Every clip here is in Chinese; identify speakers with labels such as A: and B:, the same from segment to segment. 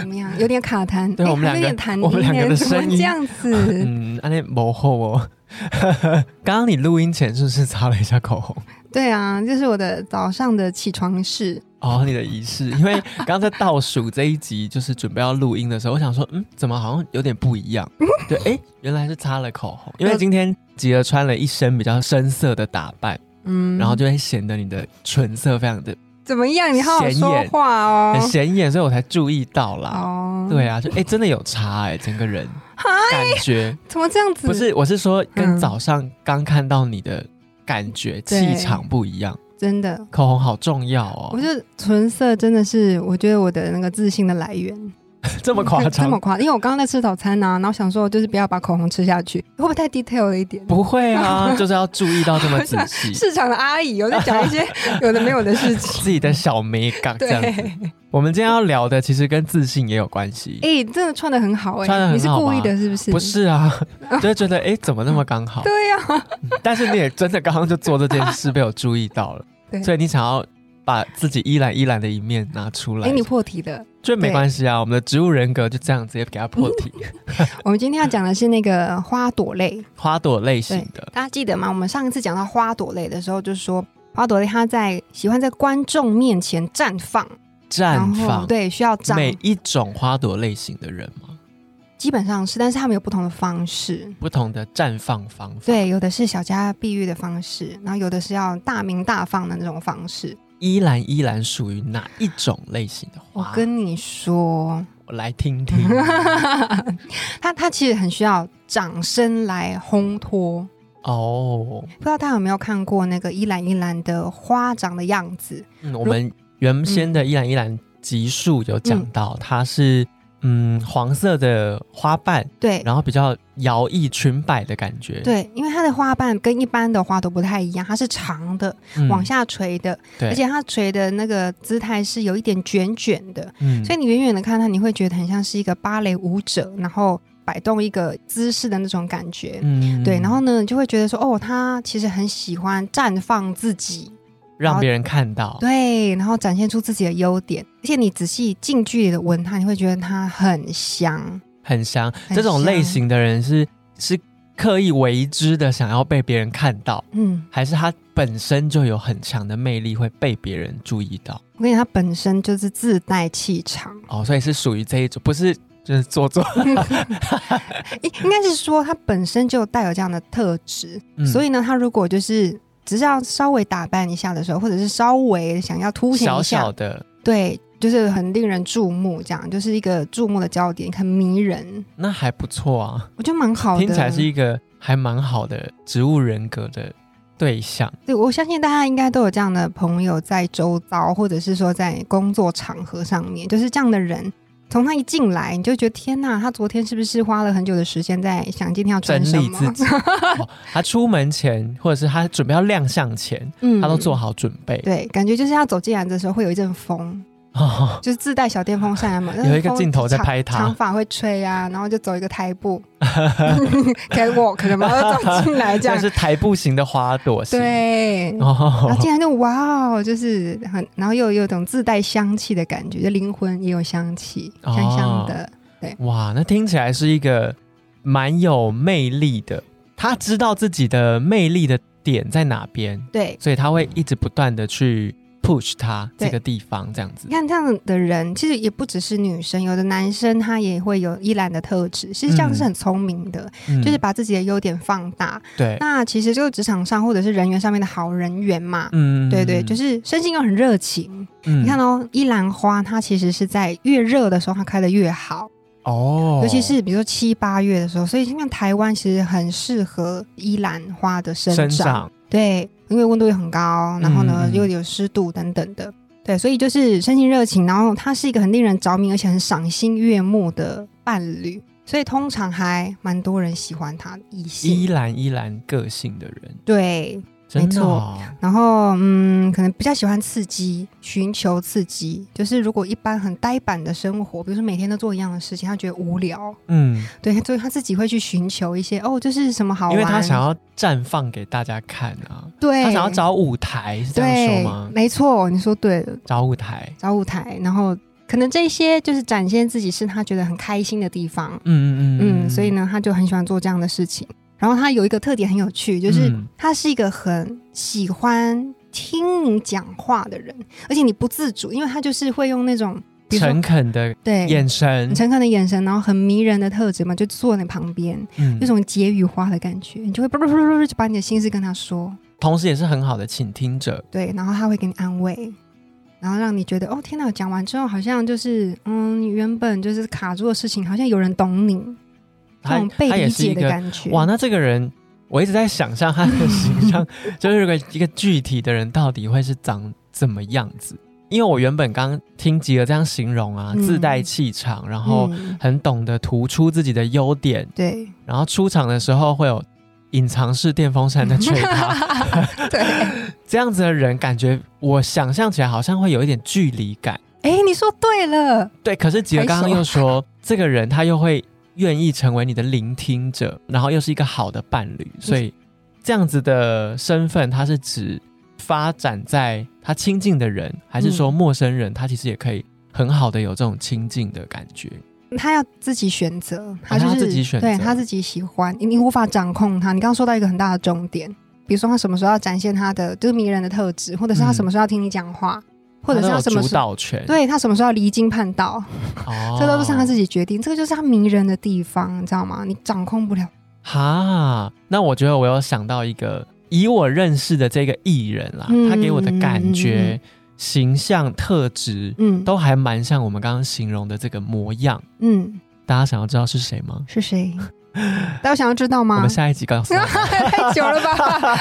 A: 怎么样？有点卡痰，
B: 对
A: 哎
B: 我们
A: 还有
B: 两个
A: 点痰
B: 我
A: 音
B: 们两个
A: 耶
B: 的
A: 怎么
B: 声音
A: 这样 子。
B: 嗯，安内某后哦。 刚刚你录音前是不是擦了一下口红？
A: 对啊，这是我的早上的起床式。
B: 哦，你的仪式， 因为刚刚在倒数这一集，就是准备要录音的时候，我想说，嗯，怎么好像有点不 一样？对，哎，原来是擦了口红，因为今天吉儿穿了一身比较深色的打扮，
A: 嗯，
B: 然后就会显得你的唇色非常的
A: 怎么样？你好好
B: 显
A: 说
B: 眼
A: 话
B: 很
A: 哦。
B: 显眼，所以我才注意到啦。
A: 哦，
B: 对啊，就哎、真的有差哎、整个人
A: 嗨
B: 感 觉
A: 怎么这样子？
B: 不是，我是说
A: 嗯
B: 跟早上刚看到你的感觉
A: 对
B: 气场不一样，
A: 真的，
B: 口红好重要
A: 我
B: 哦，
A: 觉得唇色真的是，我觉得我的那个自信的来源。
B: 这么夸
A: 这么
B: 张。
A: 夸因为我刚刚在吃早餐呢、然后想说就是不要把口红吃下去，会不会太 detail 了一点？
B: 不会啊，就是要注意到这么仔 细。
A: 市场的阿姨有在讲一 些有的没有的事情。
B: 自己的小美感 这
A: 对，
B: 样子。
A: 哎、
B: 我们今天要聊的其实跟自信也有关系，
A: 真的穿的很好哎、
B: 穿得
A: 你是
B: 很好
A: 故意
B: 吧
A: 的，是不是？
B: 不，是啊，就会觉得哎、诶怎么那么 刚好？
A: 对啊呀、
B: 但是你也真的刚刚就做这件事，被我注意到了
A: 对，
B: 所以你想要把自己依兰依兰的一面拿出
A: 哎、
B: 来，
A: 你破题了。
B: 就没关系啊。我们的植物人格就这样直接给它破题，
A: 我们今天要讲的是那个花朵 类，
B: 花朵类型的，
A: 大家记得吗？我们上一次讲到花朵类的时候，就说花朵类它在喜欢在观众面前绽放，
B: 绽
A: 然后
B: 放。
A: 对需要张，
B: 每一种花朵类型的人嘛，
A: 基本上是，但是他们有不同的方式。
B: 不同的绽放方法。
A: 对，有的是小家碧玉的方式，然后有的是要大名大放的那种方式。
B: 依兰依兰属于哪一种类型的
A: 我
B: 花？
A: 跟你说，
B: 我来听 听。
A: 他他其实很需要掌声来烘托。
B: 哦，
A: 不知道大家有没有看过那个一兰一兰的花长的样子？
B: 嗯，我们原先的依兰依兰集数有讲到，它是嗯黄色的花瓣，
A: 对
B: 然后比较摇曳裙摆的感觉，
A: 对，因为它的花瓣跟一般的花都不太一样，它是长的，
B: 嗯，
A: 往下垂的，
B: 对，
A: 而且它垂的那个姿态是有一点卷卷的，
B: 嗯
A: 所以你远远的看它，你会觉得很像是一个芭蕾舞者，然后摆动一个姿势的那种感觉。
B: 嗯
A: 对，然后呢，你就会觉得说，哦，他其实很喜欢绽放自己，
B: 让别人看到，
A: 对，然后展现出自己的优点，而且你仔细近距离的闻它，你会觉得它很香。
B: 很香。
A: 香
B: 这种类型的人是是刻意为之的，想要被别人看到。
A: 嗯，
B: 还是他本身就有很强的魅力，会被别人注意到
A: 我跟你讲，它本身就是自带气场，
B: 哦，所以是属于这一种，不是就是做作，
A: 应应该是说它本身就带有这样的特质，
B: 嗯
A: 所以呢，它如果就是。只是要稍微打扮一下的时候，或者是稍微想要凸显一下，
B: 小小的
A: 对，就是很令人注目，这样就是一个注目的焦点，很迷人，
B: 那还不错啊。
A: 我觉得蛮好的。
B: 听起来是一个还蛮好的植物人格的对象。
A: 对，我相信大家应该都有这样的朋友在周遭，或者是说在工作场合上面，就是这样的人。从他一进来，你就觉得天呐，他昨天是不是花了很久的时间在想今天要
B: 整
A: 穿什
B: 理
A: 么？
B: 自己、哦，他出门前或者是他准备要亮相前，
A: 嗯
B: 他都做。好准备，
A: 对，感觉就是他走进来的时候会有一阵风，
B: 哦、
A: 就是自带小电风扇啊嘛。
B: 有一个镜头在拍他
A: 长长发会吹啊，然后就走一个台步 ，catwalk 的嘛，然后走进来这
B: 这
A: 样。
B: 是台步型的花朵型，
A: 对，然
B: 哦
A: 后，竟然就哇哦，就是很，然后又有一种自带香气的感觉，就灵魂也有香气，
B: 哦
A: 香香的。
B: 哇，那听起来是一个蛮有魅力的，他知道自己的魅力的点在哪边，
A: 对，
B: 所以他会一直不断的去 push 他
A: 对
B: 这个地方，这样子
A: 你，看这样的人，其实也不只是女生，有的男生他也会有依兰的特质，其实这样是很聪明的，
B: 嗯
A: 就是把自己的优点放大。
B: 对，
A: 那其实就是职场上或者是人员上面的好人缘嘛。
B: 嗯
A: 对对，就是生性又很热情。
B: 你
A: 你看哦，依兰花它其实是在越热的时候它开的越好，
B: 哦，
A: 尤其是比如说七八月的时候，所以像台湾其实很适合依兰花的生长，
B: 生长，
A: 对，因为温度又很高，然后呢、
B: 嗯嗯
A: 又有湿度等等的，对，所以就是生性热情，然后它是一个很令人着迷而且很赏心悦目的伴侣，所以通常还蛮多人喜欢他异性
B: 依。然依然个性的人，
A: 对，
B: 真
A: 没
B: 的、
A: 错
B: 哦。
A: 然后嗯，可能比较喜欢刺激，寻求刺激。就是如果一般很呆板的生活，比如说每天都做一样的事情，他觉得无聊，
B: 嗯，
A: 对，所以他自己会去寻求一些哦，这是什么好玩？
B: 因为他想要绽放给大家看啊，
A: 对，
B: 他想要找舞台，是这样
A: 对
B: 说吗，？
A: 没错，你说对了，
B: 找舞台，
A: 找舞台，然后可能这些就是展现自己是他觉得很开心的地方。
B: 嗯嗯嗯
A: 嗯，所以，呢，他就很喜欢做这样的事情。然后他有一个特点很有趣，就是
B: 嗯
A: 他是一个很喜欢听你讲话的人，而且你不自主，因为他就是会用那种比如说
B: 诚恳的
A: 对
B: 眼神
A: 很，诚恳的眼神，然后很迷人的特质嘛，就坐在你旁边，
B: 嗯
A: 有，种解语花的感觉，你就会啵啵啵啵啵就把你的心事跟他说，
B: 同时也是很好的倾听者，
A: 对，然后他会给你安慰。然后让你觉得哦天哪，讲完之后好像就是嗯，你原本就是卡住的事情，好像有人懂你，这
B: 他
A: 种被
B: 他也
A: 理
B: 是一
A: 解的
B: 个
A: 感觉。
B: 哇，那这个人，我一直在想象他的形 象，就是如果一个具体的人到底会是长怎么样子？因为我原本刚听吉儿这样形容啊，
A: 嗯
B: 自带气场，然后
A: 嗯
B: 很懂得突出自己的优点，
A: 对，
B: 然后出场的时候会有隐藏式电风扇在 吹他，
A: 对，
B: 这样子的人，感觉我想象起来好像会有一点距离感。
A: 哎，你说对了，
B: 对，可是吉儿刚刚
A: 拍手
B: 又说，这个人他又会愿意成为你的聆听者，然后又是一个好的伴侣，所以这样子的身份，他是指发展在他亲近的人，还
A: 嗯
B: 是说陌生人？他其实也可以很好的有这种亲近的感觉。
A: 他要自己选择，
B: 哦
A: 他就是、
B: 他自己选择
A: 对他自己喜欢，你你无法掌控他。你刚刚说到一个很大的重点，比如说他什么时候要展现他的就是迷人的特质，或者是他
B: 嗯
A: 什么时候要听你讲话，或者是
B: 他
A: 他什
B: 都有
A: 么
B: 主
A: 时候。
B: 导权，
A: 对他什么时候要离经叛道，
B: 哦
A: 这都是他自己决定，这个就是他迷人的地方，你知道吗？你掌控不了。
B: 哈，那我觉得我有想到一个，以我认识的这个艺人啦，
A: 嗯
B: 他给我的感
A: 嗯
B: 觉、形象、特质，
A: 嗯
B: 都还蛮像我们刚刚形容的这个模样。
A: 嗯，
B: 大家想要知道是谁吗？
A: 是 谁？大家想要知道
B: 我
A: 吗
B: 们？下一集告诉 你。
A: 太久了 吧？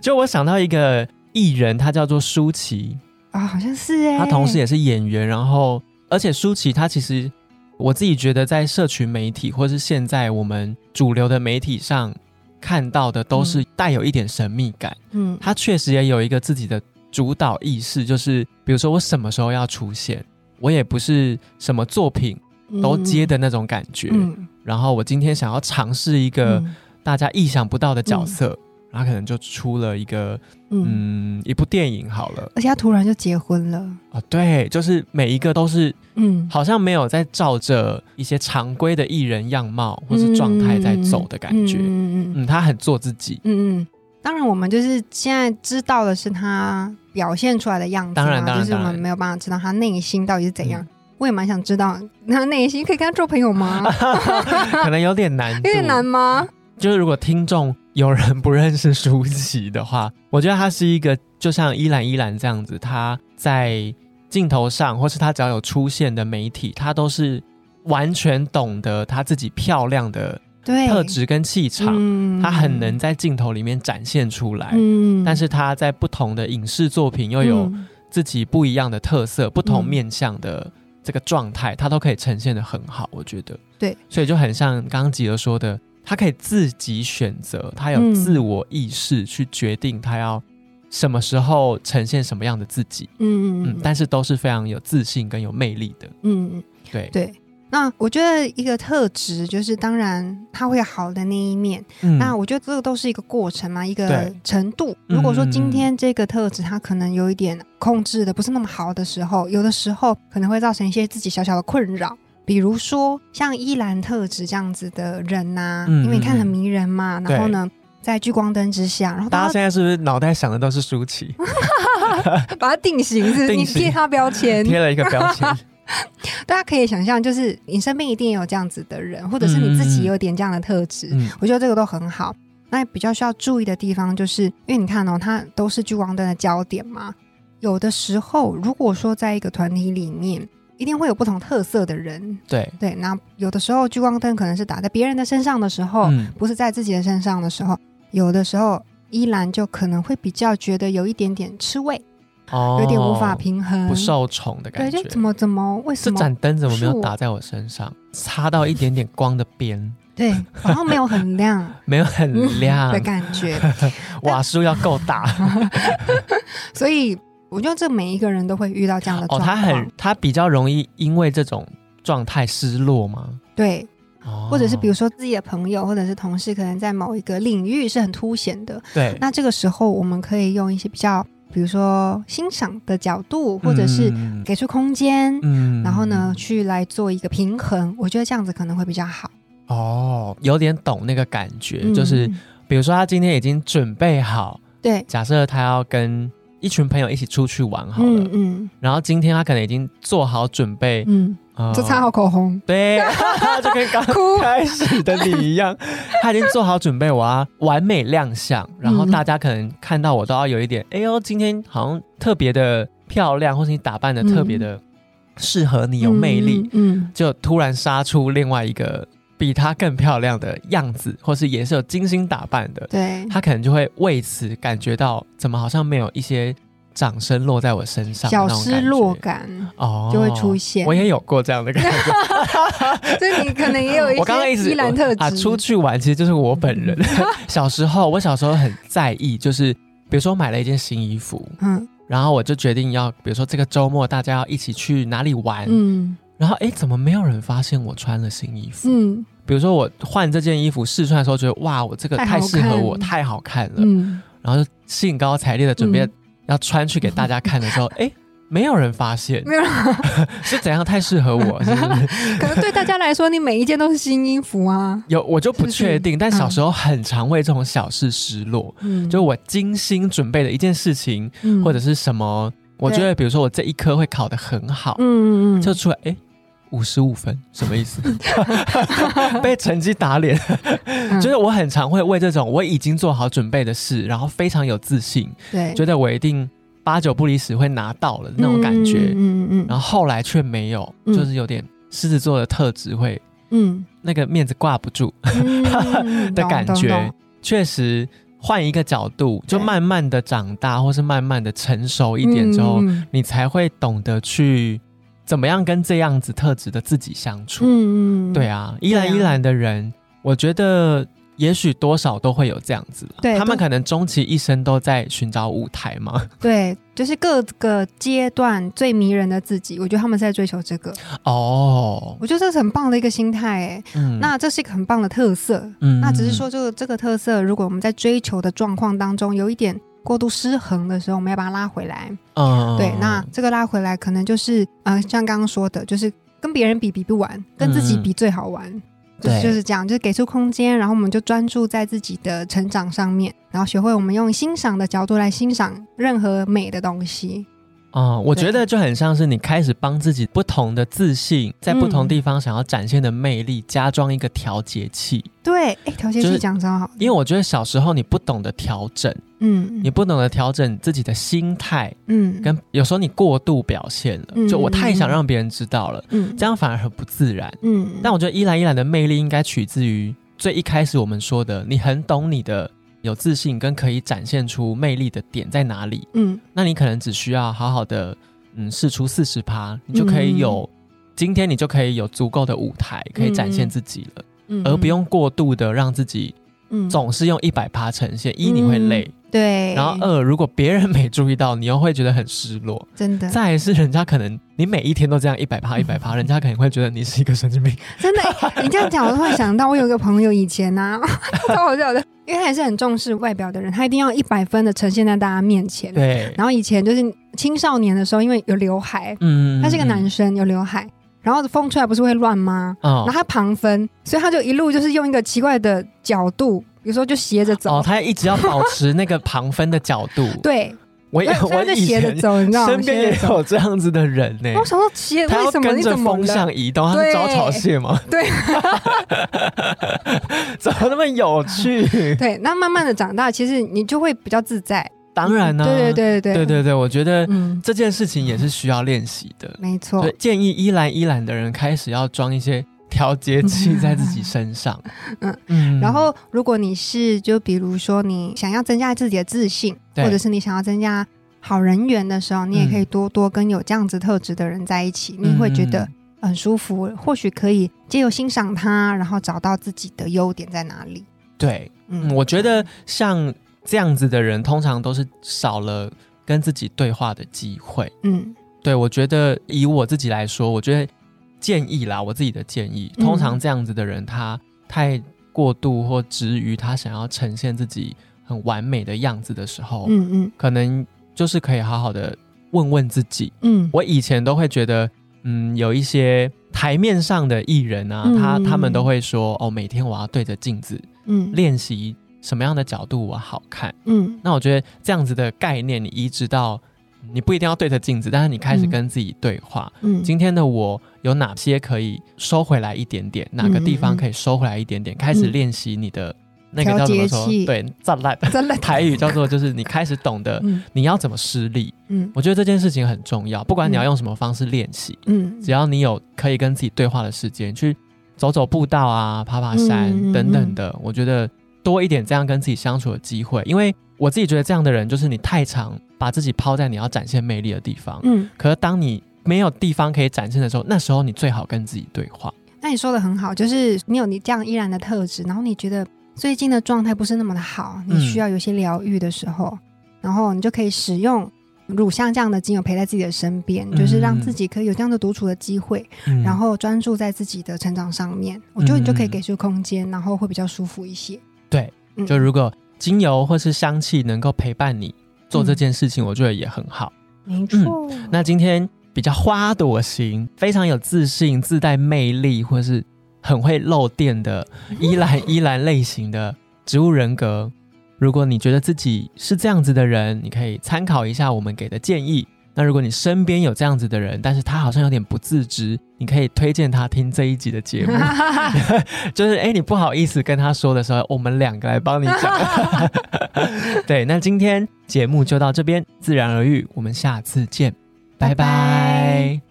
B: 就我想到一个艺人，他叫做舒淇，
A: 啊、好像是哎、
B: 他同时也是演员，然后而且舒淇她其实我自己觉得在社群媒体或是现在我们主流的媒体上看到的都是带有一点神秘感。
A: 嗯，
B: 他确实也有一个自己的主导意识，就是比如说我什么时候要出现，我也不是什么作品都接的那种感觉。
A: 嗯，
B: 然后我今天想要尝试一个
A: 嗯
B: 大家意想不到的角色，然后可能就出了一个
A: 嗯
B: 嗯一部电影好了
A: 而且他突然就结婚了。
B: 哦，对，就是每一个都是
A: 嗯，
B: 好像没有在照着一些常规的艺人样貌或是状态在走的感觉。嗯
A: 嗯嗯嗯嗯
B: 他很做自 己，
A: 嗯嗯。当然，我们就是现在知道的是他表现出来的样子嘛，
B: 当然当然
A: 就是我
B: 当
A: 们
B: 然
A: 没有办法知道他内心到底是怎样。
B: 嗯
A: 我也蛮想知道他内心，可以跟他做朋友 吗？
B: 可能有点难度，
A: 有点难吗？
B: 就是如果听众有人不认识舒淇的话，我觉得她是一个就像依兰依兰这样子，她在镜头上或是她只要有出现的媒体，她都是完全懂得她自己漂亮的
A: 对，
B: 特质跟气场，
A: 嗯
B: 她很能在镜头里面展现出来。
A: 嗯
B: 但是她在不同的影视作品又有
A: 嗯
B: 自己不一样的特色，不同
A: 嗯
B: 面向的这个状态，她都可以呈现的很好，我觉得。
A: 对，
B: 所以就很像刚刚吉儿说的，她可以自己选择，她有
A: 嗯
B: 自我意识去决定她要什么时候呈现什么样的自己，
A: 嗯
B: 嗯
A: 嗯，
B: 但是都是非常有自信跟有魅力的，
A: 嗯嗯
B: 对，
A: 对。那我觉得一个特质就是，当然他会有好的那一面，
B: 嗯
A: 那我觉得这个都是一个过程啊嘛，一个
B: 对
A: 程度。
B: 嗯
A: 如果说今天这个特质它可能有一点控制的不是那么好的时候，有的时候可能会造成一些自己小小的困扰。比如说像依兰特质这样子的人呐、
B: 嗯
A: 因为你看很迷人嘛，
B: 对
A: 然后呢，在聚光灯之下，然后大
B: 大家
A: 家
B: 现在是不是脑袋想的都是舒 淇，
A: 把它定型，是不是
B: 定
A: 你
B: 型
A: 贴他标签，
B: 贴了一个标 签？
A: 大家可以想象，就是你身边一定也有这样子的人，或者是你自己也有点这样的特质，
B: 嗯，
A: 我觉得这个都很好。那比较需要注意的地方，就是因为你看哦，它都是聚光灯的焦点嘛。有的时候，如果说在一个团体里面，一定会有不同特色的人。
B: 对，
A: 对，那有的时候聚光灯可能是打在别人的身上的时候，
B: 嗯，
A: 不是在自己的身上的时候，有的时候依然就可能会比较觉得有一点点吃味，
B: 哦
A: 有点无法平衡，
B: 不受宠
A: 对，
B: 的感觉
A: 就。怎么怎么为什
B: 这
A: 么
B: 盏灯怎么没
A: 是
B: 有
A: 我
B: 打在我身上？擦到一点点光的边，
A: 对，然后没有很亮
B: 没有很亮
A: 的，嗯感觉，
B: 瓦数要够 大
A: 所以我觉得这每一个人都会遇到这样的
B: 哦。
A: 状
B: 他
A: 况，
B: 很他比较容易因为这种状态失落吗？
A: 对，
B: 哦，
A: 或者是比如说自己的朋友或者是同事，可能在某一个领域是很凸显的，
B: 对，
A: 那这个时候我们可以用一些比较，比如说欣赏的角度，或者是
B: 嗯
A: 给出空间，
B: 嗯
A: 然后呢去来做一个平衡，我觉得这样子可能会比较好。
B: 哦，有点懂那个感觉，
A: 嗯
B: 就是比如说他今天已经准备好，
A: 对，
B: 假设他要跟一群朋友一起出去玩好了，
A: 嗯嗯
B: 然后今天他可能已经做好准备，
A: 嗯，
B: 呃
A: 就擦好口红，嗯
B: 对，啊就跟 刚
A: 哭，
B: 开始的你一样，他已经做好准备，我要完美亮相，然后
A: 嗯
B: 大家可能看到我都要有 一点，哎呦，今天好像特别的漂亮，或是你打扮的特别的适合你，有魅力，
A: 嗯，
B: 就突然杀出另外一个比她更漂亮的样子，或是也是有精心打扮的，
A: 对，
B: 她可能就会为此感觉到怎么好像没有一些掌声落在我身上，
A: 小失落
B: 感
A: 感
B: 哦
A: 就会出。现
B: 我。也有过这样的感觉，
A: 这你可能也有一
B: 我刚刚一
A: 些
B: 直
A: 依兰特
B: 啊，
A: 质，
B: 出去玩其实就是我本 人。小时候，我小时候很在意，就是比如说买了一件新衣服，
A: 嗯
B: 然后我就决定要，比如说这个周末大家要一起去哪里玩，
A: 嗯
B: 然后诶，怎么没有人发现我穿了新衣服？
A: 嗯
B: 比如说我换这件衣服试穿的时候，觉得哇，我这个
A: 太
B: 太
A: 好
B: 适合
A: 看
B: 我，太好看了，
A: 嗯，
B: 然后就兴高采烈的准备
A: 嗯
B: 要穿去给大家看的时候，诶，没有人发现，
A: 没有啦，
B: 是怎样太适合我？是 不是？
A: 可能对大家来说，你每一件都是新衣服啊。
B: 有我就不
A: 是不是
B: 确定，但
A: 嗯
B: 小时候很常为这种小事失落。
A: 嗯，
B: 就我精心准备的一件事情，
A: 嗯
B: 或者是什么，我觉得比如说我这一科会考得很好，
A: 嗯嗯嗯，
B: 就出来哎五十五分，什么意思？ 被成绩打脸，
A: 嗯
B: 就是我很常会为这种我已经做好准备的事，然后非常有自信，
A: 对，
B: 觉得我一定八九不离十会拿到了那种感觉，
A: 嗯嗯嗯
B: 然
A: 后
B: 后后来却没有，
A: 嗯
B: 就是有点狮子座的特质会
A: 嗯
B: 那个面子挂不住。
A: 嗯嗯
B: 的感
A: 懂
B: 觉
A: 懂。
B: 确实，换一个角度，就
A: 对
B: 慢慢的长大，或是慢慢的成熟一
A: 懂
B: 点之后，
A: 嗯嗯
B: 你才会懂得去怎么样跟这样子特质的自己相处。
A: 嗯嗯，
B: 对
A: 啊，
B: 啊，依然
A: 对啊
B: 依然的人，我觉得也许多少都会有这样子啦。
A: 对
B: 他们
A: 都
B: 可能终其一生都在寻找舞台嘛。
A: 对，就是各个阶段最迷人的自己，我觉得他们是在追求这个，
B: 哦，
A: 我觉得这是很棒的一个心态，哎，
B: 嗯
A: 那这是一个很棒的特色。
B: 嗯
A: 那只是说，这个这个特色，如果我们在追求的状况当中有一点过度失衡的时候，我们要把它拉回来。
B: 嗯
A: 对，那这个拉回来可能就是，呃，像刚刚说的，就是跟别人比比不完，跟自己比最好玩，就是
B: 嗯对
A: 就是这样，就是给出空间，然后我们就专注在自己的成长上面，然后学会我们用欣赏的角度来欣赏任何美的东西。
B: 哦，我
A: 对
B: 觉得就很像是你开始帮自己不同的自信，在不同
A: 嗯
B: 地方想要展现的魅力，加装一个调节器。
A: 对，哎，调节
B: 就是
A: 器讲得超好的，
B: 因为我觉得小时候你不懂得调整，
A: 嗯
B: 你不懂得调整自己的心态，
A: 嗯
B: 跟有时候你过度表现了，
A: 嗯
B: 就我太想让别人知道了，
A: 嗯
B: 这样反而很不自然。
A: 嗯，
B: 但我觉得依兰依兰的魅力应该取自于最一开始我们说的，你很懂你的有自信跟可以展现出魅力的点在哪里。
A: 嗯
B: 那你可能只需要好好的，嗯，试出四十趴，你就可以有、
A: 嗯
B: 今天，你就可以有足够的舞台可以展现自己了，
A: 嗯
B: 而不用过度的让自己
A: 嗯
B: 总是用一百趴呈现。一你会累，
A: 对，
B: 然后呃二如果别人没注意到，你又会觉得很失落。
A: 真的
B: 再来是人家可能你每一天都这样一 百趴一百趴，人家可能会觉得你是一个神经病。
A: 真的，诶你这样讲，我突然想到，我有一个朋友以前呐、啊， 超好笑的，因为他也是很重视外表的人，他一定要一百分的呈现在大家面前。
B: 对，
A: 然后以前就是青少年的时候，因为有刘海，
B: 嗯
A: 他是个男生，有刘海，然后风吹来不是会乱吗？
B: 哦
A: 然后他旁分，所以他就一路就是用一个奇怪的角度，比如说就斜着走，
B: 哦，他一直要保持那个旁分的角度。
A: 对，
B: 我
A: 所以所
B: 哎我
A: 以他就
B: 以
A: 斜着
B: 前
A: 走，你知道吗？
B: 身边
A: 斜
B: 也
A: 着走。
B: 有这样子的人呢、
A: 我想说斜，
B: 他
A: 为
B: 要
A: 什么
B: 跟
A: 你
B: 着
A: 怎么
B: 风
A: 了？
B: 向移动，他是
A: 对
B: 招潮蟹吗？
A: 对，
B: 怎么那么有趣？
A: 对，那慢慢的长大，其实你就会比较自在。
B: 当然呢、
A: 对对对对
B: 对对对我觉得
A: 嗯，
B: 这件事情也是需要练习的。
A: 没错
B: 所以。建议依兰依兰的人开始要装一些调节器在自己身上。嗯
A: 嗯
B: 嗯
A: 然后，如果你是就比如说你想要增加自己的自信，
B: 对
A: 或者是你想要增加好人缘的时候，你也可以
B: 嗯
A: 多多跟有这样子特质的人在一起，你会觉得
B: 嗯
A: 很舒服。或许可以借由欣赏他，然后找到自己的优点在哪里。
B: 对，嗯，
A: 嗯，
B: 我觉得像这样子的人，通常都是少了跟自己对话的机会。
A: 嗯
B: 对我觉得以我自己来说，我觉得建议啦，我自己的建议，
A: 嗯
B: 通常这样子的人，他太过度或执于他想要呈现自己很完美的样子的时候，
A: 嗯嗯
B: 可能就是可以好好的问问自己。
A: 嗯，
B: 我以前都会觉得，嗯，有一些台面上的艺人啊，他
A: 嗯
B: 他们都会说，哦，每天我要对着镜子
A: 嗯
B: 练习什么样的角度我好看。
A: 嗯
B: 那我觉得这样子的概念，你移植到你不一定要对着镜子，但是你开始
A: 嗯
B: 跟自己对话。
A: 嗯，
B: 今天的我有哪些可以收回来一点点？哪个地
A: 嗯嗯
B: 方
A: 嗯
B: 可以收回来一点点？开始
A: 嗯
B: 练习你的那个叫什么
A: 调
B: 说
A: 节器？
B: 对，炸烂
A: 真的
B: 台语叫做就是你开始懂得
A: 嗯
B: 你要怎么施力。
A: 嗯
B: 我觉得这件事情很重要，不管你要
A: 嗯
B: 用什么方式练习，
A: 嗯，
B: 只要你有可以跟自己对话的时间，去走走步道啊、爬爬
A: 嗯
B: 山、
A: 嗯嗯
B: 等等的，我觉得多一点这样跟自己相处的机会，因为我自己觉得这样的人就是你太常把自己抛在你要展现魅力的地方，
A: 嗯。
B: 可是当你没有地方可以展现的时候，那时候你最好跟自己对话。
A: 那你说的很好，就是你有你这样依然的特质，然后你觉得最近的状态不是那么的好，你
B: 嗯
A: 需要有些疗愈的时候，然后你就可以使用乳香这样的精油陪在自己的身边，
B: 嗯
A: 就是让自己可以有这样的独处的机会，
B: 嗯
A: 然后专注在自己的成长上面。我觉得你就可以
B: 嗯
A: 给出空间，然后会比较舒服一些。
B: 对
A: 嗯，
B: 就如果精油或是香气能够陪伴你做
A: 嗯
B: 这件事情，我觉得也很好。
A: 没错。
B: 那今天比较花朵型，非常有自信、自带魅力，或是很会漏电的依兰依兰类型的植物人格。如果你觉得自己是这样子的人，你可以参考一下我们给的建议。那如果你身边有这样子的人，但是他好像有点不自知，你可以推荐他听这一集的 节目。就是哎、诶你不好意思跟他说的时候，我们两个来帮你讲。 对，那今天节目就到这边，自然而愈，我们下次见，拜
A: 拜
B: 拜
A: 拜